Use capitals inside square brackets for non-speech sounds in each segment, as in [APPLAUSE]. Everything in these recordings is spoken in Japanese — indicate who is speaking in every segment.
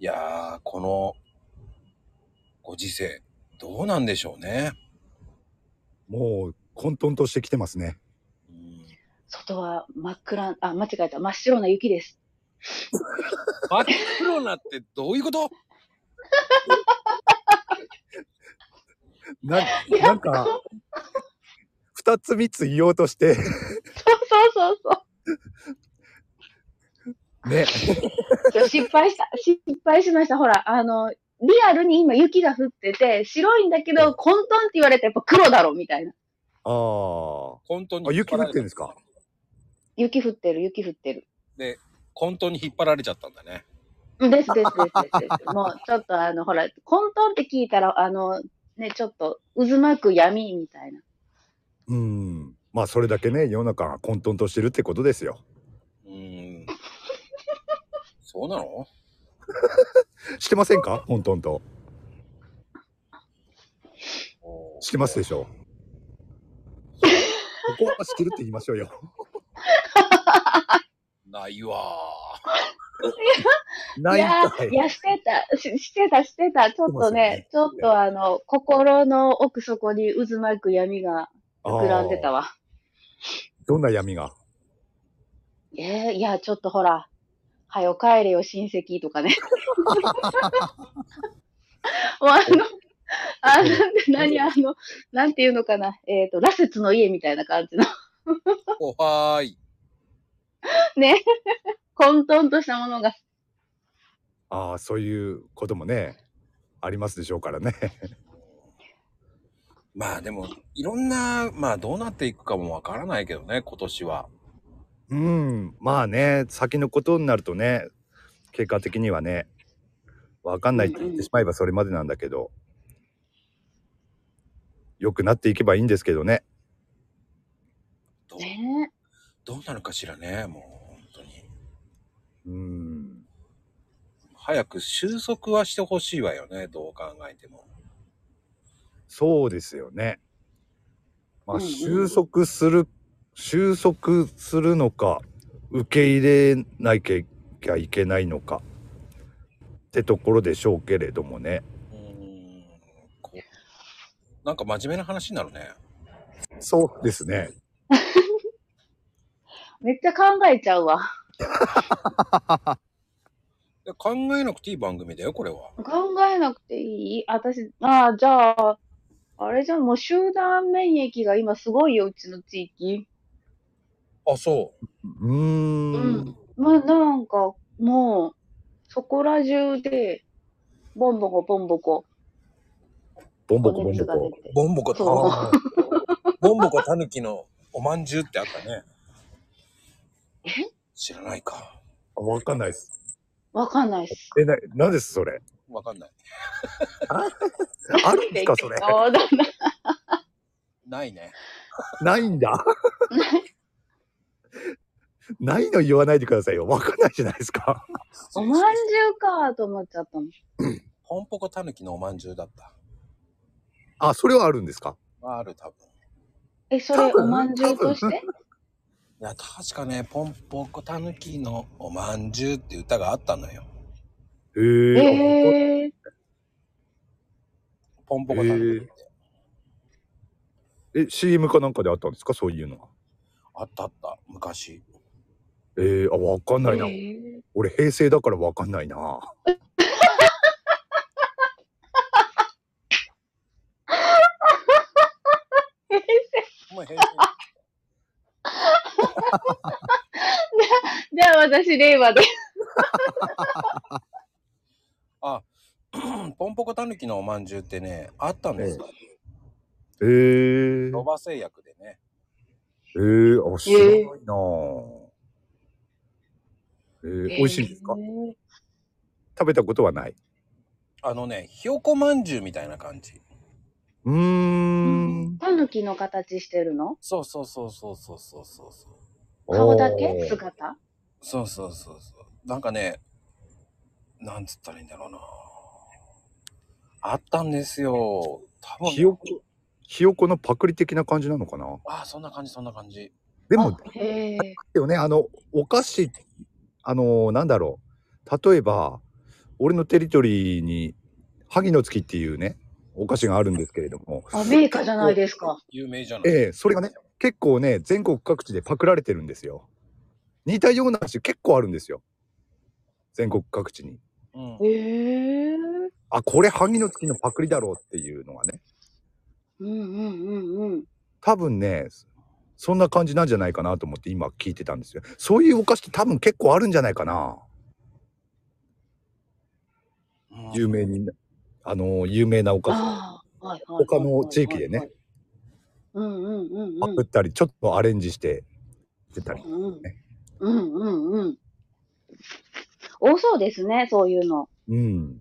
Speaker 1: いやー、このご時世、どうなんでしょうね。
Speaker 2: もう混沌としてきてます
Speaker 3: [LAUGHS]
Speaker 2: ね。
Speaker 1: うん
Speaker 3: 外は真っ暗、あ、間違えた。真っ白な雪です。
Speaker 1: 真っ黒なってどういうこと
Speaker 2: ななん
Speaker 3: いや
Speaker 2: か
Speaker 3: こ
Speaker 2: 二つ三つ言おうと
Speaker 3: [LAUGHS]
Speaker 2: して
Speaker 3: そうそうそうそう。
Speaker 2: ね
Speaker 3: ちょ失敗した。失敗しました。ほら、あの、リアルに今雪が降ってて、白いんだけど、混沌って言われてやっぱ黒だろ、みたいな。
Speaker 2: [LAUGHS] ああ
Speaker 1: 混沌に
Speaker 2: あ雪降ってんですか
Speaker 3: 雪降ってる、雪降ってる。
Speaker 1: 混沌に引っ張られちゃったんだね。
Speaker 3: ですですですですです。もうちょっとあの、ほら、混沌って聞いたら、あの、ね、ちょっと渦巻く闇みたいな。
Speaker 2: うんまあそれだけね世の中が混沌としてるってことですよ
Speaker 1: うーん。そうな [LAUGHS] の
Speaker 2: してませんか混沌と
Speaker 1: おー
Speaker 2: してますでしょここはしてるって言いましょうよ
Speaker 1: ないわ
Speaker 2: ないんか
Speaker 3: やーい
Speaker 2: い
Speaker 3: や、してた、ししてた、してた。ちょっとね、ちょっとあの、心の奥底に渦巻く闇が
Speaker 2: あ
Speaker 3: 膨らんでた
Speaker 2: ー
Speaker 3: わ。
Speaker 2: どんな闇が
Speaker 3: えー、いや、ちょっとほら、はよ帰れよ、親戚とかね。もうあの、あなんて、何、あの、なんていうのかな、えっ、と、羅刹の家みたいな感じの、
Speaker 1: ー。おはーい。
Speaker 3: ね、混沌としたものが、
Speaker 2: ああそういうこともねありますでしょうからね
Speaker 1: まあでも、いろんな、まあどうなっていくかもわからないけどね、今年は。
Speaker 2: うんまあね先のことになるとね結果的にはねわかんないって言ってしまえばそれまでなんだけど良くなっていけばいいんですけどね
Speaker 1: どう
Speaker 3: ね、
Speaker 1: どうなるかしらね、もう本当に。
Speaker 2: うん
Speaker 1: 早く収束はしてほしいわよね、どう考えても。
Speaker 2: そうですよねま
Speaker 3: う
Speaker 2: あ
Speaker 3: んうん
Speaker 2: 収束する収束するのか受け入れなきゃいけないのかってところでしょうけれどもね
Speaker 1: うーん。こうなんか真面目な話になるね。
Speaker 2: そうですね
Speaker 3: めっちゃ考えちゃうわ。
Speaker 1: で考えなくていい番組だよ、これは。
Speaker 3: 考えなくていい私、ああ、じゃあ、あれじゃん、もう集団免疫が今すごいよ、うちの地域。
Speaker 1: あ、そう
Speaker 2: ー
Speaker 3: うん
Speaker 2: ん
Speaker 3: まあ、なんか、もう、そこら中で、ボンボコボンボコ、
Speaker 2: ボンボコボン
Speaker 3: お
Speaker 2: ボ
Speaker 3: 熱が出
Speaker 2: コ
Speaker 3: て。
Speaker 1: ボンボコ
Speaker 3: そう
Speaker 1: あーボンボコタヌキのおまんじゅうってあったね。
Speaker 3: え
Speaker 1: 知らないか。
Speaker 2: あわかんないです
Speaker 3: わかんないっす。
Speaker 2: え、な、なんですそれ。
Speaker 1: わかんない。
Speaker 2: あるんですかそれ。
Speaker 3: そうだな。
Speaker 1: ないね。
Speaker 2: ないんだ。ないの言わないでくださいよ。わかんないじゃないですか。
Speaker 3: おまんじゅうかと思っちゃったもん。
Speaker 1: ポンポコタヌキのおまんじゅうだった。
Speaker 2: あ、それはあるんですか。
Speaker 1: ある、多分。
Speaker 3: え、それ、
Speaker 2: 多分
Speaker 3: おまんじゅうとして
Speaker 1: いや、確かね、ポンポコタヌキのおまんじゅうっていう歌があったのよ。
Speaker 2: へえ。
Speaker 3: えー、
Speaker 1: ポンポコタヌキって。
Speaker 2: え、CM かなんかであったんですかそういうのが。
Speaker 1: あったあった、昔。
Speaker 2: えー、あ、わかんないな。
Speaker 3: え
Speaker 2: 俺平成だからわかんないな。
Speaker 1: もう平成
Speaker 3: ーじゃあ私、令和で。
Speaker 1: ポンポコタヌキのおまんじゅうってね、あったんですよ。
Speaker 2: えー、
Speaker 1: ロバ製薬でね。
Speaker 2: えー、あ、知らないな。えー、美味しいんですか
Speaker 3: えー
Speaker 2: 食べたことはない。
Speaker 1: あのね、ひよこまんじゅうみたいな感じ。
Speaker 2: うーん。
Speaker 3: タヌキの形してるの
Speaker 1: そうそうそうそうそうそうそうそう。
Speaker 3: 顔だけ
Speaker 2: おー
Speaker 3: 姿
Speaker 1: そうそうそうそう。なんかね、なんつったらいいんだろうな。あったんですよ。多分。
Speaker 2: ひよこ、ひよこのパクリ的な感じなのかな
Speaker 1: ああ、そんな感じ、そんな感じ。
Speaker 2: でも、
Speaker 3: へえ。
Speaker 2: でもね、あの、お菓子、あの、なんだろう。例えば、俺のテリトリーに萩の月っていうねお菓子があるんですけれども、
Speaker 3: あ、メーカーじゃないですか。
Speaker 1: 有名じゃない。
Speaker 2: ええそれがね結構ね全国各地でパクられてるんですよ似たような話結構あるんですよ全国各地に
Speaker 1: うん
Speaker 3: ええうん
Speaker 2: あこれ萩の月のパクリだろうっていうのがね
Speaker 3: うんうんうん。
Speaker 2: 多分ねそんな感じなんじゃないかなと思って今聞いてたんですよそういうお菓子って多分結構あるんじゃないかな
Speaker 1: うん
Speaker 2: 有名にあの有名なお菓子
Speaker 3: ああ、はいはいはいはい。
Speaker 2: 他の地域でね。
Speaker 3: うんうんうん
Speaker 2: パ
Speaker 3: うん
Speaker 2: クっ。たりちょっとアレンジして出たり
Speaker 3: うんうんうんうん。多そうですね、そういうの。
Speaker 2: うん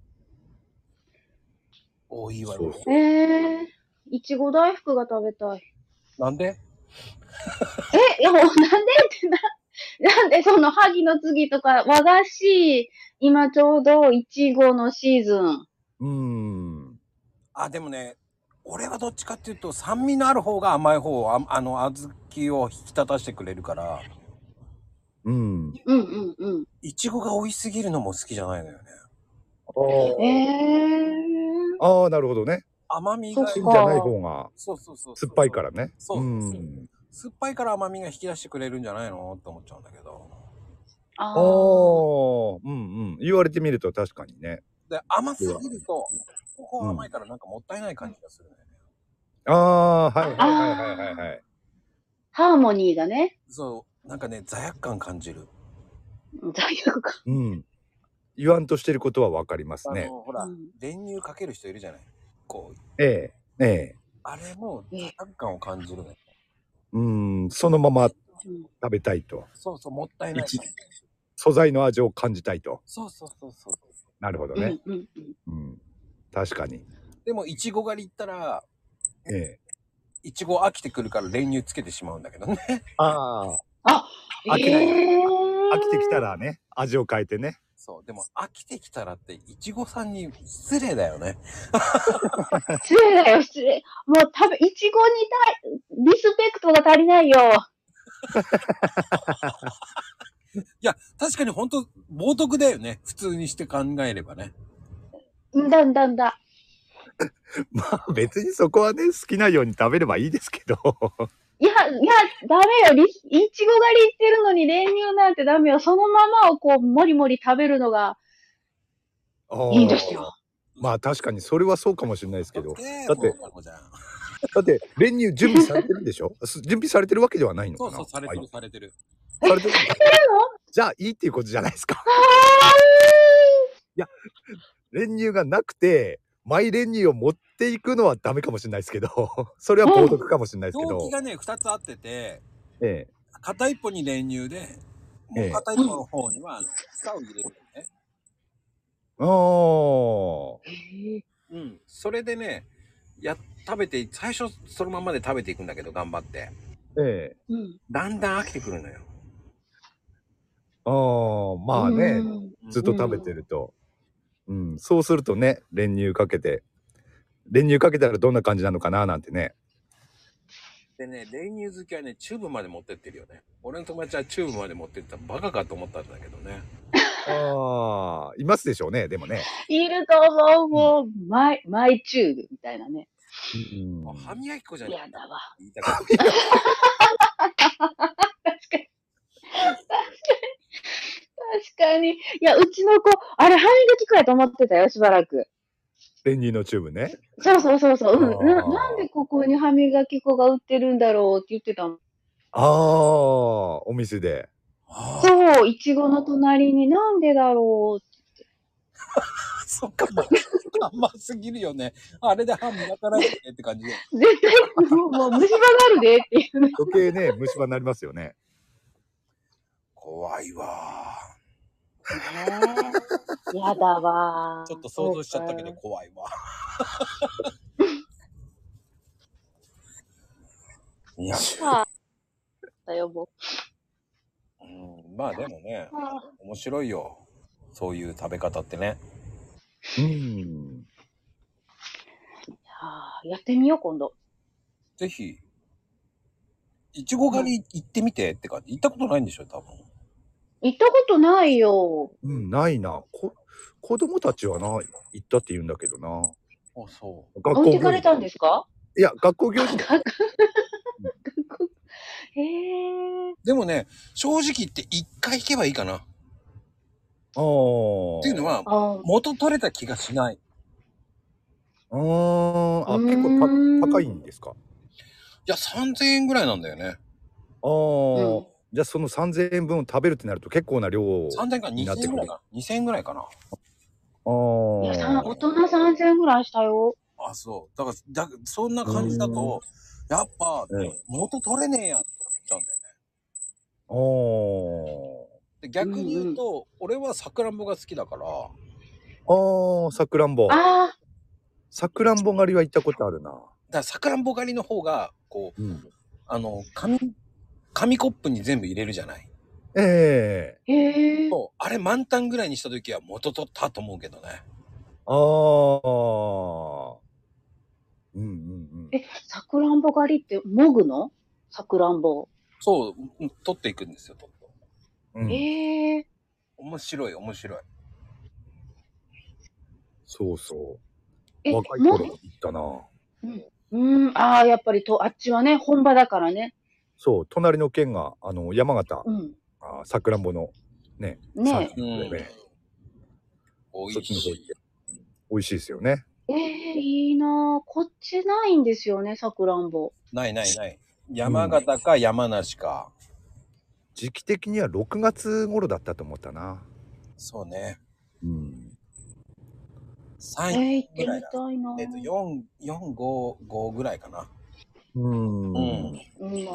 Speaker 1: 多いわ
Speaker 2: そう
Speaker 1: よ。
Speaker 2: そ
Speaker 3: ええいちご大福が食べたい。
Speaker 1: なんで
Speaker 3: え、いや、もうなんでってな、なんでその、萩の次とか、和菓子、今ちょうどいちごのシーズン。
Speaker 2: うん
Speaker 1: あ、でもね、俺はどっちかっていうと、酸味のある方が甘い方を、ああの、小豆を引き立たしてくれるから、
Speaker 2: うん
Speaker 3: うんうんうん。
Speaker 1: いちごが美味しすぎるのも好きじゃないのよね。
Speaker 2: あー
Speaker 3: ええ
Speaker 2: あーなるほどね
Speaker 1: 甘みが、
Speaker 3: そ
Speaker 2: 芯
Speaker 3: う
Speaker 2: じ
Speaker 3: か
Speaker 2: ゃない方が
Speaker 1: そうそうそう。
Speaker 2: 酸っぱいからね
Speaker 1: そうそうそうん酸っぱいから甘みが引き出してくれるんじゃないのって思っちゃうんだけど。
Speaker 3: あ
Speaker 2: ああ
Speaker 3: あ。
Speaker 2: ーうんうん言われてみると確かにね
Speaker 1: で、甘すぎると、ここは甘いからなんかもったいない感じがするね。
Speaker 2: ああーはいはいはいはいはいはい
Speaker 3: ハーモニーがね、
Speaker 1: そう、なんかね、罪悪感感じる。
Speaker 3: 罪悪感。
Speaker 2: うん言わんとしてることはわかります
Speaker 1: あの、
Speaker 2: ね
Speaker 1: ほら、
Speaker 3: うん
Speaker 1: 練乳かける人いるじゃない。こう、
Speaker 2: ええええ
Speaker 1: あれも罪悪感を感じるね。
Speaker 2: うんそのまま食
Speaker 3: うん
Speaker 2: べたいと
Speaker 1: そうそう、もったいない。
Speaker 2: 一素材の味を感じたいと
Speaker 1: そうそうそうそう。
Speaker 2: なるほど
Speaker 3: う
Speaker 2: ね
Speaker 3: んうんうん。
Speaker 2: うん確かに
Speaker 1: でも、いちご狩り行ったら、
Speaker 2: ええ
Speaker 1: いちご飽きてくるから練乳つけてしまうんだけどね。
Speaker 2: ああ飽きない
Speaker 3: ええ
Speaker 2: 飽きてきたらね味を変えてね [LAUGHS]
Speaker 1: そう、でも飽きてきたらって、いちごさんに失礼だよね。
Speaker 3: 失礼だよ、失礼。もう食べ、いちごに対、リスペクトが足りないよ。
Speaker 1: いや、確かに本当冒涜だよね。普通にして考えればね。
Speaker 3: んだんだんだ。
Speaker 2: まあ別にそこはね好きなように食べればいいですけ
Speaker 1: [LAUGHS]
Speaker 2: ど
Speaker 3: いや、いや、ダメよ。リスいちご狩りしてるのに練乳なんてダメよ。そのままをこう、もりもり食べるのがいいんですよ。
Speaker 2: まあ確かにそれはそうかもしれないで
Speaker 1: [LAUGHS]
Speaker 2: すけどだ
Speaker 1: だ
Speaker 2: って
Speaker 1: じゃん
Speaker 2: だって練乳準備されてるんでしょ [LAUGHS] す準備されてるわけではないのか
Speaker 1: そ
Speaker 2: な
Speaker 1: うそう、されて
Speaker 2: は
Speaker 1: る、
Speaker 2: い
Speaker 1: されてる。
Speaker 2: されてる [LAUGHS] じゃあいいっていうことじゃないですか [LAUGHS] 練乳がなくてマイ練乳を持っていくのはダメかもしれないですけど [LAUGHS] それは冒涜かもしれないですけ
Speaker 1: 容
Speaker 2: ど
Speaker 1: 器、がね、二つあってて、
Speaker 2: ええ、
Speaker 1: 片一方に練乳で、も
Speaker 2: え
Speaker 1: う
Speaker 2: え
Speaker 1: 片一方の方には、あの、蓋を入れるのね。
Speaker 2: あー
Speaker 1: うん。それでね、や、食べて、最初そのままで食べていくんだけど、頑張って。
Speaker 2: ええ
Speaker 3: うん。
Speaker 1: だんだん飽きてくるのよ。
Speaker 2: あーまあね
Speaker 3: うん
Speaker 2: ずっと食べてると、うんそうするとね練乳かけて練乳かけたらどんな感じなのかななんてね
Speaker 1: でね、練乳好きはね、チューブまで持ってってるよね。俺の友達はチューブまで持ってったバカかと思ったんだけどね。
Speaker 2: ああいますでしょうねでもね、
Speaker 3: いると思う。もう、マイ、マイチューブみたいなね。
Speaker 2: うん
Speaker 1: もう歯磨き粉じゃ
Speaker 3: い
Speaker 1: ねえ
Speaker 3: やだわ。
Speaker 1: 言いたかっ
Speaker 3: 確かに。いや、うちの子、あれ、歯磨きくらいと思ってたよ、しばらく。
Speaker 2: 練乳のチューブね
Speaker 3: そうそうそうそう。うん。
Speaker 2: あ
Speaker 3: な
Speaker 2: ー
Speaker 3: なんでここに歯磨き粉が売ってるんだろうって言ってたもん。
Speaker 2: ああお店で
Speaker 1: た。
Speaker 3: そう、いちごの隣になんでだろう。
Speaker 1: [LAUGHS] そっか、もう甘すぎるよね。あれで歯磨かないでって感じで。
Speaker 3: 絶対、もう、もう虫歯があるでっていうね。
Speaker 2: 余計ね虫歯になりますよね
Speaker 1: 怖いわ
Speaker 3: やだわー。
Speaker 1: ちょっと想像しちゃったけど怖いわいや、
Speaker 3: そうか。はあだよ、も
Speaker 1: うん、まあでもね
Speaker 3: う。、はあ
Speaker 1: 面白いよ。そういう食べ方ってね。
Speaker 2: うん
Speaker 3: はあやってみよう、今度。
Speaker 1: ぜひ、いちご狩り行ってみてって感じ。行ったことないんでしょ、多分。
Speaker 3: 行ったことないよ。
Speaker 2: うん、ないな。こ子供たちはな、行ったって言うんだけどな。
Speaker 1: あ、そう。
Speaker 2: 学
Speaker 3: 置いてかれ
Speaker 2: 行事
Speaker 3: たんですか
Speaker 2: いや、学校行事
Speaker 3: 学学へえ。
Speaker 1: でもね、正直言って一回行けばいいかな。っ
Speaker 2: ああ。って
Speaker 1: いうのは、
Speaker 3: あ
Speaker 1: 元取れた気がしない。
Speaker 2: あーあ、
Speaker 3: うーん
Speaker 2: 結構た高いんですか。
Speaker 1: いや、3000円ぐらいなんだよね。
Speaker 2: ああ、
Speaker 3: うん
Speaker 2: じゃあその3000円分を食べるってなると結構な量を。
Speaker 1: 3000円か2000円ぐらいかな。2000円ぐらいかな。
Speaker 3: いや、
Speaker 2: あ
Speaker 3: さ
Speaker 2: あ。
Speaker 3: 大人3000ぐらいしたよ。
Speaker 1: あ、そう。だから、だそんな感じだと、やっぱ、
Speaker 2: うん
Speaker 1: 元取れねえやんって思っちゃうんだよね。
Speaker 2: あー
Speaker 1: で逆に言うと、俺はさくらんぼが好きだから、
Speaker 2: あー、さくらんぼ。
Speaker 3: ああ、
Speaker 2: さくらんぼ狩りは行ったことあるな。
Speaker 1: だからさくらんぼ狩りの方が、こう、
Speaker 2: うん、
Speaker 1: あの、紙、紙コップに全部入れるじゃない。
Speaker 2: ええ
Speaker 3: へえ。
Speaker 1: そうあれ満タンぐらいにした時は元取ったと思うけどね。
Speaker 2: ああ。うんうんうん。
Speaker 3: え、さくらんぼ狩りって、もぐのさくらんぼ。
Speaker 1: そう、うん取っていくんですよ、とっと。
Speaker 2: うん、
Speaker 3: ええ。
Speaker 1: 面白い、面白い。
Speaker 2: そうそ
Speaker 3: え、
Speaker 2: う。
Speaker 3: も
Speaker 2: 若い頃行ったな。
Speaker 3: うん、ああ、やっぱりと、あっちはね、本場だからね。
Speaker 2: そう、隣の県が、あの、山形、
Speaker 3: うん。
Speaker 2: あーさくらんぼの、ね、
Speaker 3: ね
Speaker 1: う
Speaker 2: うんん。
Speaker 1: 美
Speaker 2: そっ
Speaker 1: 味
Speaker 2: ちの
Speaker 1: し
Speaker 2: 方行っ
Speaker 1: い
Speaker 2: て。。美味しいですよね。
Speaker 3: え。ええ、いいなあこっちないんですよね、さくらんぼ。
Speaker 1: ないないない。山形か山梨か。
Speaker 2: 時期的には6月頃だったと思ったな。
Speaker 1: そうね。
Speaker 2: うん。
Speaker 3: え
Speaker 1: 3位、
Speaker 3: え、行ってみたいな
Speaker 1: えっと、4、4、5、5ぐらいかな。
Speaker 2: うん。
Speaker 1: うん
Speaker 3: うん、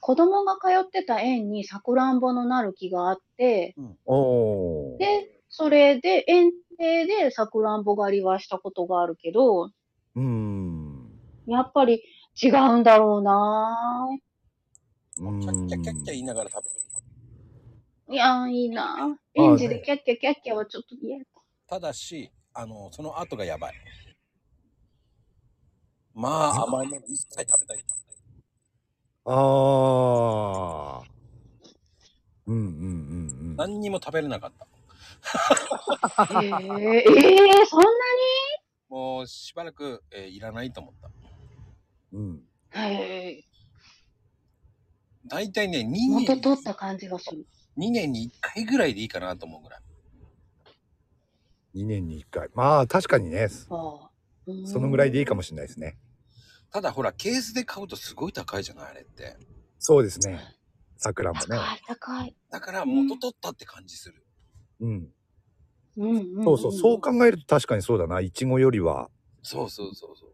Speaker 3: 子供が通ってた園にさくらんぼのなる木があって、
Speaker 2: おー。
Speaker 3: で、それで園庭でさくらんぼ狩りはしたことがあるけど、
Speaker 2: うん。
Speaker 3: やっぱり違うんだろうな
Speaker 2: うん
Speaker 1: キャッキャキャッキャ言いながら食べる。
Speaker 3: ぁ。いやーいいなぁ。
Speaker 2: あー
Speaker 3: 園児でキャッキャキャッキャはちょっと嫌だ。
Speaker 1: ただし、あの、その後がやばい。まあ、甘いもの一切食べたい。
Speaker 2: ああ。うんうんうんうん。
Speaker 1: 何にも食べれなかった。
Speaker 2: [LAUGHS]
Speaker 3: えー、えー、そんな
Speaker 1: もう、しばらく、えーいらないと思った。
Speaker 2: うん。
Speaker 3: にはい。
Speaker 1: 大体ね、2
Speaker 3: 元
Speaker 1: 年、
Speaker 3: 取った感じがする。
Speaker 1: 二年に1回ぐらいでいいかなと思うぐらい。
Speaker 2: 2年に1回。まあ確かにね、
Speaker 3: あー
Speaker 2: そのぐらいでいいか
Speaker 3: も。
Speaker 2: もしれないですね。
Speaker 1: ただほら、ケースで買うとすごい高いじゃない、あれって。
Speaker 2: そうですね。桜もね。
Speaker 3: 高い高い。
Speaker 1: だから、元取ったって感じする。
Speaker 2: うん。
Speaker 3: うんうん、うん。
Speaker 2: そうそう、そう考えると確かにそうだな。いちごよりは
Speaker 1: そうそうそうそう。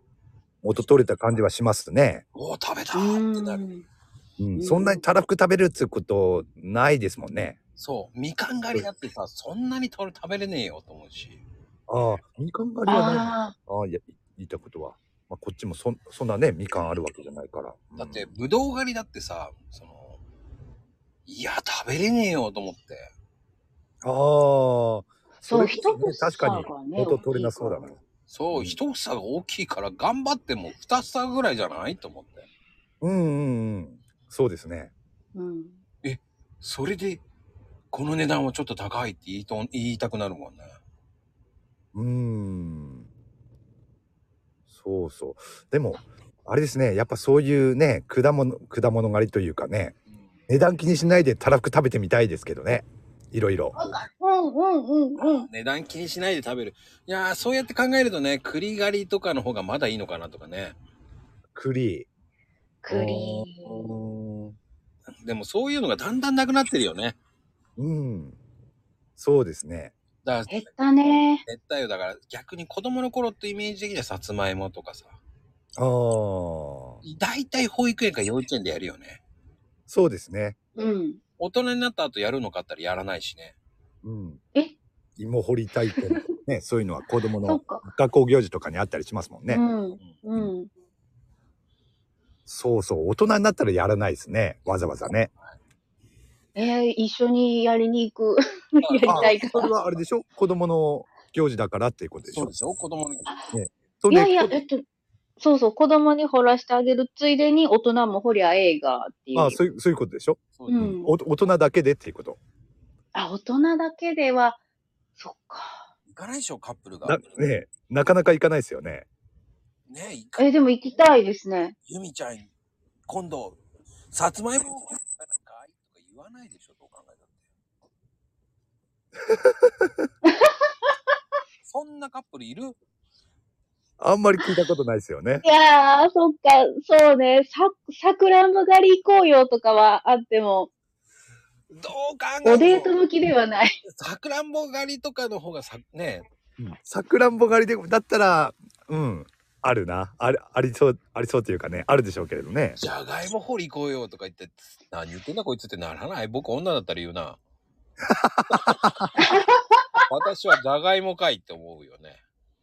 Speaker 2: 元取れた感じはしますね。
Speaker 1: おお、食べた
Speaker 3: う
Speaker 1: ーっ
Speaker 3: ん
Speaker 1: てなる。
Speaker 2: うん。そんなにたらふく食べるっていうことないですもんね。
Speaker 1: そう、みかん狩りだってさ、そんなに食べれねえよと思うし。
Speaker 2: ああ、みかん狩りはない。
Speaker 3: ああ、
Speaker 2: ああ、いや、言いたことは。まあ、こっちもそんそんなね、みかんあるわけじゃないから。うん
Speaker 1: だって、、ぶどう狩りだってさ、その、いや、食べれねえよと思って。
Speaker 2: ああ、
Speaker 3: そ、
Speaker 2: そうれこそ
Speaker 3: 一
Speaker 2: ね
Speaker 3: 口
Speaker 2: 確かに
Speaker 3: 差がね
Speaker 2: 元取れなそうだな。
Speaker 1: そうう、
Speaker 2: ん
Speaker 1: 一房が大きいから頑張っても二房ぐらいじゃないと思って。
Speaker 2: うんうんうん。そうですね。
Speaker 3: うん。
Speaker 1: それで、この値段はちょっと高いって言いと言いたくなるもんね。
Speaker 2: うーん。そうそう。でも、あれですね、やっぱそういうね、果物、果物狩りというかね、値段気にしないでたらふく食べてみたいですけどね。いろいろ。
Speaker 3: うんうんうんうん。
Speaker 1: 値段気にしないで食べる。いやー、そうやって考えるとね、栗狩りとかの方がまだいいのかなとかね。
Speaker 2: 栗。
Speaker 3: 栗。
Speaker 1: でもそういうのがだんだんなくなってるよね。
Speaker 2: うん。そうですね。
Speaker 1: だから
Speaker 3: 減ったね。
Speaker 1: 熱帯魚だから逆に子供の頃ってイメージ的にはさつまいもとかさ
Speaker 2: ああ、
Speaker 1: 大体保育園か幼稚園でやるよね
Speaker 2: そうですね。
Speaker 3: うん。
Speaker 1: 大人になった後やるのかって言ったらやらないしね
Speaker 2: うん。
Speaker 3: え
Speaker 2: 芋掘り体験。ね、そういうのは子供
Speaker 3: そっ [LAUGHS]
Speaker 2: の
Speaker 3: か。
Speaker 2: 学校行事とかにあったりしますもんね。
Speaker 3: うん。うん。
Speaker 2: そうそう。大人になったらやらないですね。わざわざね。
Speaker 3: えー、一緒にやりに行く。 [LAUGHS] やりたいか
Speaker 2: それ
Speaker 3: ら。
Speaker 2: はあれでしょ子供の行事だからっていうことでし
Speaker 1: そう
Speaker 2: ょ
Speaker 1: でしょ子供の
Speaker 2: そ
Speaker 3: い
Speaker 2: れ
Speaker 3: や
Speaker 2: で
Speaker 3: いや、えっと、そうそう、子供に掘らしてあげるついでに大人も掘りゃ映画っていう。
Speaker 2: まあそういうそういうことでしょ、
Speaker 1: そううです
Speaker 3: ん
Speaker 2: お大人だけでっていうこと
Speaker 3: あ、大人だけでは、そっか。
Speaker 1: 行かないでしょ、カップル
Speaker 2: な
Speaker 1: が
Speaker 2: ね。えなかなか行かないですよね
Speaker 1: ねえ、行か
Speaker 3: え、でも行きたいですね。
Speaker 1: ゆみちゃん、今度、さつまいもを買ったらかいとか言わないでしょ、どう考えたって。そんなカップルいる
Speaker 2: あんまり聞いたことないですよね
Speaker 3: いやー、そっか、そうね、さ、さくらんぼ狩り行こうよとかはあっても、
Speaker 1: どう考えても
Speaker 3: おデート向きでは
Speaker 2: [LAUGHS]
Speaker 3: ない。
Speaker 1: さくらんぼ狩りとかの方がさ、ね
Speaker 2: さくらんぼ狩りでだったらうんあるなあるありそうありそうというかねあるでしょうけれどね
Speaker 1: え、じゃがいも掘り行こうよとか言って、何言ってんだこいつってならない。僕女だったら言うな。私はじゃがいもかいって思うよね。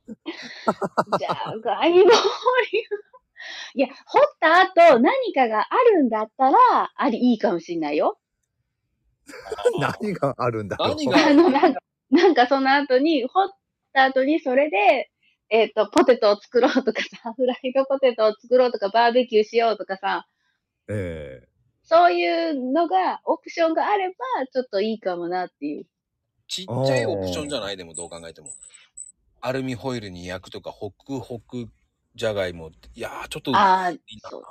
Speaker 3: じゃあ、ガイド掘り。いや、掘った後何かがあるんだったら、あり、いいかもしんないよ。
Speaker 2: 何があるんだろう
Speaker 1: 何が
Speaker 3: あの、 [LAUGHS] なんか、なんかその後に、掘った後にそれで、えっ、と、ポテトを作ろうとかさ、 [LAUGHS] フライドポテトを作ろうとか、バーベキューしようとかさ、
Speaker 2: ええ
Speaker 3: そういうのが、オプションがあれば、ちょっといいかもなっていう。
Speaker 1: ちっちゃいオプションじゃないでもどう考えても。アルミホイルに焼くとか、ホクホクじゃがいもって。いやー、ちょっとい
Speaker 3: ああ、
Speaker 1: いな
Speaker 3: そう。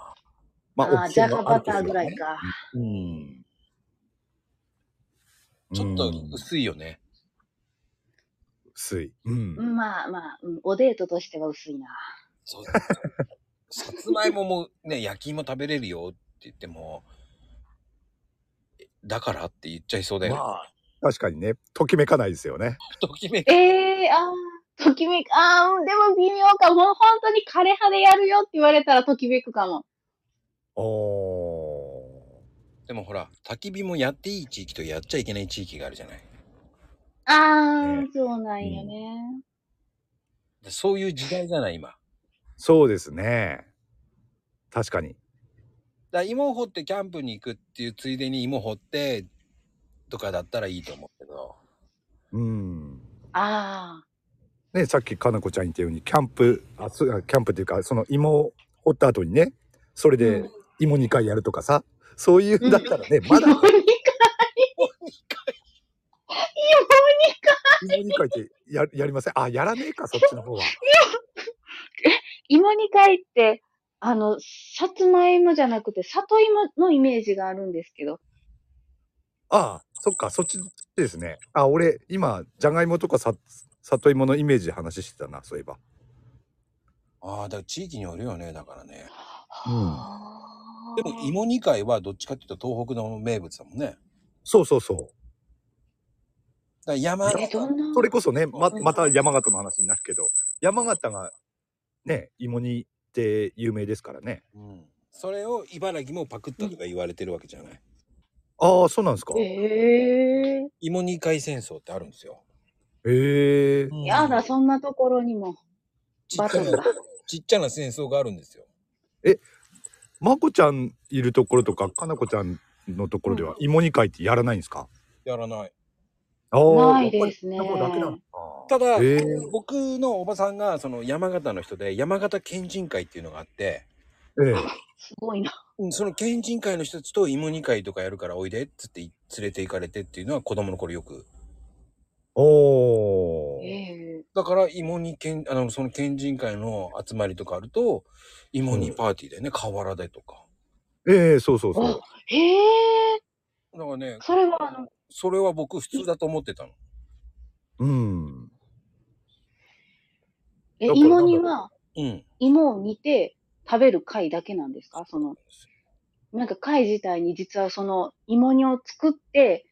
Speaker 2: ま
Speaker 3: あ
Speaker 2: オ
Speaker 3: あ、
Speaker 2: プ
Speaker 3: じ
Speaker 2: ショ
Speaker 3: ゃ
Speaker 2: ンが
Speaker 3: が
Speaker 2: あ
Speaker 3: バ
Speaker 2: るとす
Speaker 3: ター
Speaker 2: れ
Speaker 3: ぐ
Speaker 2: ば
Speaker 3: ら
Speaker 2: ね
Speaker 3: いか。
Speaker 2: うん
Speaker 1: ちょっと
Speaker 2: うん
Speaker 1: 薄いよね。
Speaker 2: 薄い、うん
Speaker 3: うんまあまあ、うんおデートとしては薄いな。
Speaker 1: そうさつまいももね、焼き芋食べれるよって言っても、えだからって言っちゃいそうだよね。
Speaker 2: まあ確かにねときめかないですよね
Speaker 1: ときめく。
Speaker 3: ええああ、ときめく。ああ、うんでも微妙かも。本当に枯れ葉でやるよって言われたらときめくかも。
Speaker 2: おお
Speaker 1: でもほら、焚き火もやっていい地域とやっちゃいけない地域があるじゃない。
Speaker 3: ああ
Speaker 2: ね、
Speaker 3: そうなんよね。
Speaker 1: でそういう時代じゃない、今。だか
Speaker 2: そうですね確かに
Speaker 1: ら芋を掘ってキャンプに行くっていうついでに芋掘ってとかだったらいいと思うけど。
Speaker 2: うん
Speaker 3: ああ、
Speaker 2: ねさっきかなこちゃん言ったようにキャンプあそうあキャンプっていうかその芋を掘った後にねそれ
Speaker 3: う
Speaker 2: で
Speaker 3: ん
Speaker 2: 芋2回やるとかさそういうんだったら
Speaker 3: [LAUGHS]
Speaker 2: ね、まだ
Speaker 3: 芋
Speaker 2: 芋
Speaker 3: 煮会
Speaker 2: 2回ってややりませんあやらねえかそっちの方は
Speaker 3: 芋煮会って、あの、さつまいもじゃなくて、里芋のイメージがあるんですけど。
Speaker 2: ああそっかそっちですねあ俺今じゃがいもとかさ里芋のイメージで話してたなそういえば
Speaker 1: ああ、だから地域によるよね、だからね。
Speaker 3: はあ
Speaker 1: でも芋煮会はどっちかっていうと東北の名物だもんね。だか
Speaker 2: そうそうそう
Speaker 1: ら山
Speaker 3: え、どんな
Speaker 2: それこそね、ま、また山形の話になるけど、山形がね、芋煮って有名ですからね。
Speaker 1: うん、それを茨城もパクったとか言われてるわけじゃない。
Speaker 2: ああ、そうなんですか。へ
Speaker 3: ええ
Speaker 1: 芋煮会戦争ってあるんですよ。
Speaker 2: え。
Speaker 3: やだ、そんなところにも。
Speaker 1: ちっ
Speaker 3: バ
Speaker 1: ち
Speaker 3: ト
Speaker 1: ゃ
Speaker 3: ル
Speaker 1: な
Speaker 3: が。
Speaker 1: ちっちゃな戦争があるんですよ。
Speaker 2: まこちゃんいるところとか、かなこちゃんのところでは芋煮会ってやらないんですか。
Speaker 1: やらない。
Speaker 2: ああ、
Speaker 3: ないですね
Speaker 2: やっぱりだけなのか
Speaker 1: ただ
Speaker 2: へえ、
Speaker 1: 僕のおばさんがその山形の人で山形県人会っていうのがあって、
Speaker 2: ええ。
Speaker 3: すごいな。
Speaker 1: うんその県人会の人たちと芋煮会とかやるからおいでっつって連れて行かれてっていうのは子供の頃よく。
Speaker 2: おお
Speaker 3: え。え
Speaker 1: だから芋煮県、あの、その県人会の集まりとかあると、芋煮パーティーだよね、河原でとか。
Speaker 2: ええ、そうそうそう。
Speaker 3: へえ
Speaker 1: だからね、
Speaker 3: それはあの、
Speaker 1: それは僕普通だと思ってたの。
Speaker 2: うん。
Speaker 3: え、
Speaker 2: だから
Speaker 3: 芋煮は
Speaker 1: うん。
Speaker 3: 芋を煮て食べる貝だけなんですかその、なんか貝自体に実はその芋煮を作って、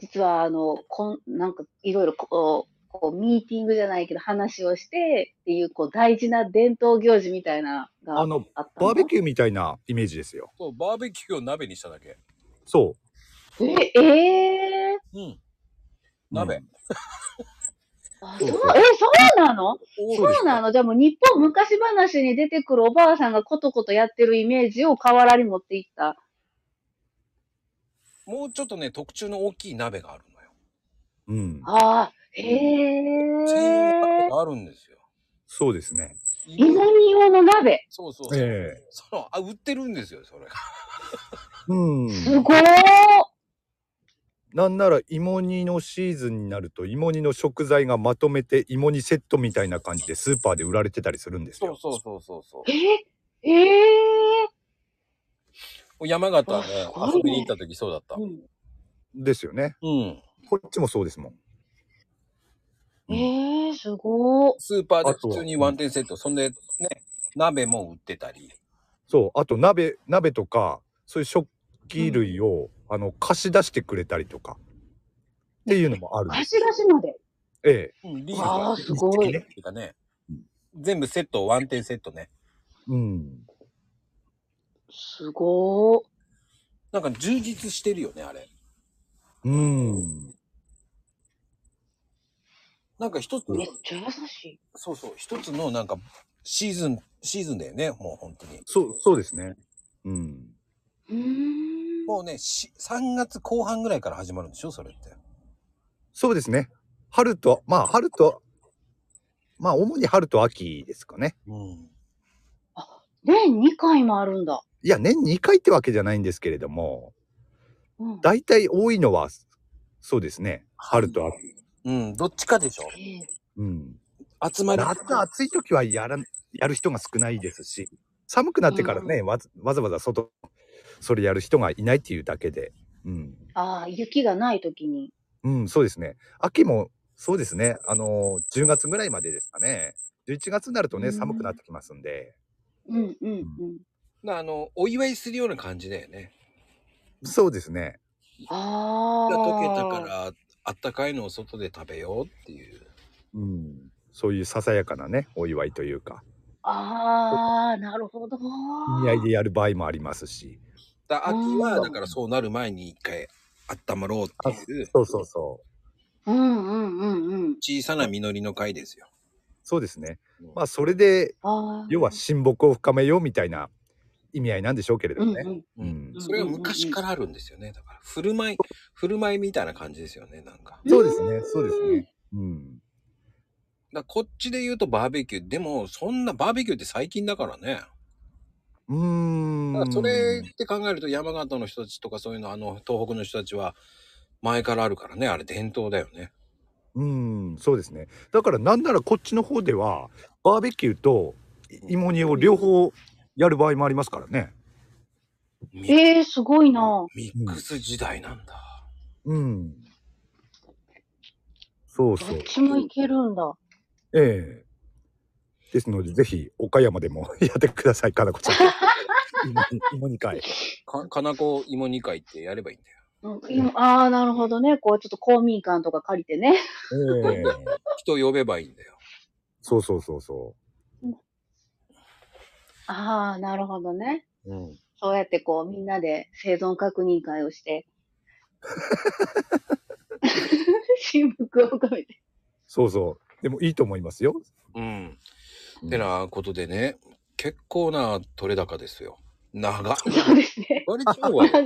Speaker 3: 実はあの、こん、なんかいろいろこう、こうミーティングじゃないけど話をしてっていうこう大事な伝統行事みたいなのが
Speaker 2: あの、
Speaker 3: あった
Speaker 2: バーベ
Speaker 3: ュ
Speaker 2: キューみたいなイメージですよ。
Speaker 1: そう、バーベキューを鍋にしただけ。
Speaker 2: そう。
Speaker 3: ーえ、えー、
Speaker 1: うん。鍋。
Speaker 2: うん
Speaker 3: あ
Speaker 2: そ
Speaker 3: そうう、
Speaker 2: そ
Speaker 3: え
Speaker 2: う、
Speaker 3: そうなの
Speaker 1: お
Speaker 2: そうです
Speaker 3: そうなのじゃあもう日本昔話に出てくるおばあさんがことことやってるイメージを河原に持っていった。
Speaker 1: もうちょっとね、特注の大きい鍋があるのよ。
Speaker 2: うん。
Speaker 3: ああ、へ
Speaker 1: 専用の
Speaker 3: え
Speaker 1: 鍋。があるんですよ。
Speaker 2: そうですね。
Speaker 3: 芋煮用の鍋。
Speaker 1: そうそうそう。
Speaker 2: ええ
Speaker 1: その、あ、売ってるんですよ、それが。
Speaker 2: うん。
Speaker 3: すごー
Speaker 2: なんなら芋煮のシーズンになると芋煮の食材がまとめて芋煮セットみたいな感じでスーパーで売られてたりするんです
Speaker 1: そう
Speaker 2: よ。
Speaker 1: そうそうそうそ
Speaker 3: えー、え
Speaker 1: う。山形ね
Speaker 3: あすごいね
Speaker 1: 遊びに行った時そうだった。
Speaker 3: ー、うん
Speaker 2: ですよね。
Speaker 1: うん。
Speaker 2: こっちもそうですもん。うん
Speaker 3: えー、すごー。
Speaker 1: スーパー
Speaker 2: あ
Speaker 1: で
Speaker 2: とは
Speaker 1: 普通にワンテンセット、そんでね、鍋も売ってたり。
Speaker 2: そう。あと鍋、鍋とか、そういう食器類を、あの、貸し出してくれたりとか。っていうのもあるんで
Speaker 3: 貸
Speaker 2: す。
Speaker 3: し出しまで。
Speaker 2: ええ。
Speaker 1: うん、リー
Speaker 3: わあ、
Speaker 1: フ
Speaker 3: すごい。
Speaker 2: ね
Speaker 1: っていうかね
Speaker 2: うん。
Speaker 1: 全部セット、ワンテンセットね。
Speaker 2: うん。
Speaker 3: すごー。
Speaker 1: なんか充実してるよね、あれ。
Speaker 2: うん。
Speaker 1: なんか一つ、
Speaker 3: めっちゃ優しい。
Speaker 1: そうそう、一つのなんかシーズン、シーズンだよね、もう本当に。
Speaker 2: そう、そうですね。うん。
Speaker 3: うーん。
Speaker 1: もうね、し3月後半ぐらいから始まるんでしょ、それって。
Speaker 2: そうですね。春と、まあ、春と、まあ、主に春と秋ですかね。
Speaker 1: うん。
Speaker 3: 年2回もあるんだ。
Speaker 2: いや、年2回ってわけじゃないんですけれども、
Speaker 3: うん。
Speaker 2: 大体多いのは、そうですね。春と秋。
Speaker 1: うん、どっちかでしょ。
Speaker 3: えー
Speaker 2: うん。
Speaker 1: 集まり。
Speaker 2: 夏暑い時はやら、やる人が少ないですし、寒くなってからね、わざわざわざ外、それやる人がいないっていうだけで。うん。
Speaker 3: ああ、雪がないときに。
Speaker 2: うん、そうですね。秋も、そうですね。あのー10月ぐらいまでですかね。11月になると
Speaker 3: う
Speaker 2: ね、
Speaker 3: ん
Speaker 2: 寒くなってきますんで。
Speaker 3: うんうんうん。
Speaker 1: なあの、お祝いするような感じだよね。
Speaker 2: そうですね。
Speaker 3: ああ。
Speaker 1: 溶けたから、あったかいのを外で食べようっていう。
Speaker 2: うん。そういうささやかなね、お祝いというか、
Speaker 3: ああ、なるほど。
Speaker 2: 意味合いでやる場合もありますし。
Speaker 1: だ秋は、
Speaker 3: うん
Speaker 1: だからそうなる前に一回温まろうっていう、
Speaker 2: そうそうそう。
Speaker 3: うんうんうんうん。
Speaker 1: 小さな実りの会ですよ。
Speaker 2: そうですね
Speaker 1: うん。
Speaker 2: まあ、それで、
Speaker 3: ああ。
Speaker 2: 要は親睦を深めようみたいな意味合いなんでしょうけれど
Speaker 3: うん
Speaker 2: も
Speaker 3: う
Speaker 2: ね。
Speaker 3: ん。
Speaker 2: う
Speaker 1: うん
Speaker 2: ん。
Speaker 1: それが昔からあるんですよね。だから、振る舞い、振る舞いみたいな感じですよね、なんか。
Speaker 2: そうですね、そうですね。う
Speaker 1: だ
Speaker 2: ん。
Speaker 1: からこっちで言うとバーベキュー。でも、そんなバーベキューって最近だからね。
Speaker 2: うー
Speaker 1: だから
Speaker 2: ん。
Speaker 1: それって考えると山形の人たちとかそういうの、あの、東北の人たちは前からあるからね。あれ伝統だよね。
Speaker 2: うん、そうですね。だからなんならこっちの方では、バーベキューと芋煮を両方やる場合もありますからね。
Speaker 1: ミ
Speaker 3: ええー、すごいな。
Speaker 1: ミックス時代なんだ。
Speaker 2: うん。そう
Speaker 3: ど
Speaker 2: そ
Speaker 3: っ
Speaker 2: う。
Speaker 3: ちもいけるんだ。
Speaker 2: ええですので、ぜひ、岡山でも [LAUGHS] やってください、かなこちゃん。芋煮芋煮会。
Speaker 1: か、かなこ芋煮会ってやればいいんだよ。
Speaker 3: うん、今ああ、なるほどね。こう、ちょっと公民館とか借りてね。
Speaker 2: え
Speaker 3: [LAUGHS]
Speaker 2: え
Speaker 1: 人呼べばいいんだよ。
Speaker 2: そうそうそうそ
Speaker 3: ああ、なるほどね。
Speaker 1: うん。
Speaker 3: そうやってこう、みんなで生存確認会をして。 [LAUGHS] 新聞を込めて。
Speaker 2: う。そうそう。でもいいと思いますよ。
Speaker 1: うん。ってなことでね、結構な取れ高ですよ。長っ。
Speaker 3: そうですね。
Speaker 1: 割と今日は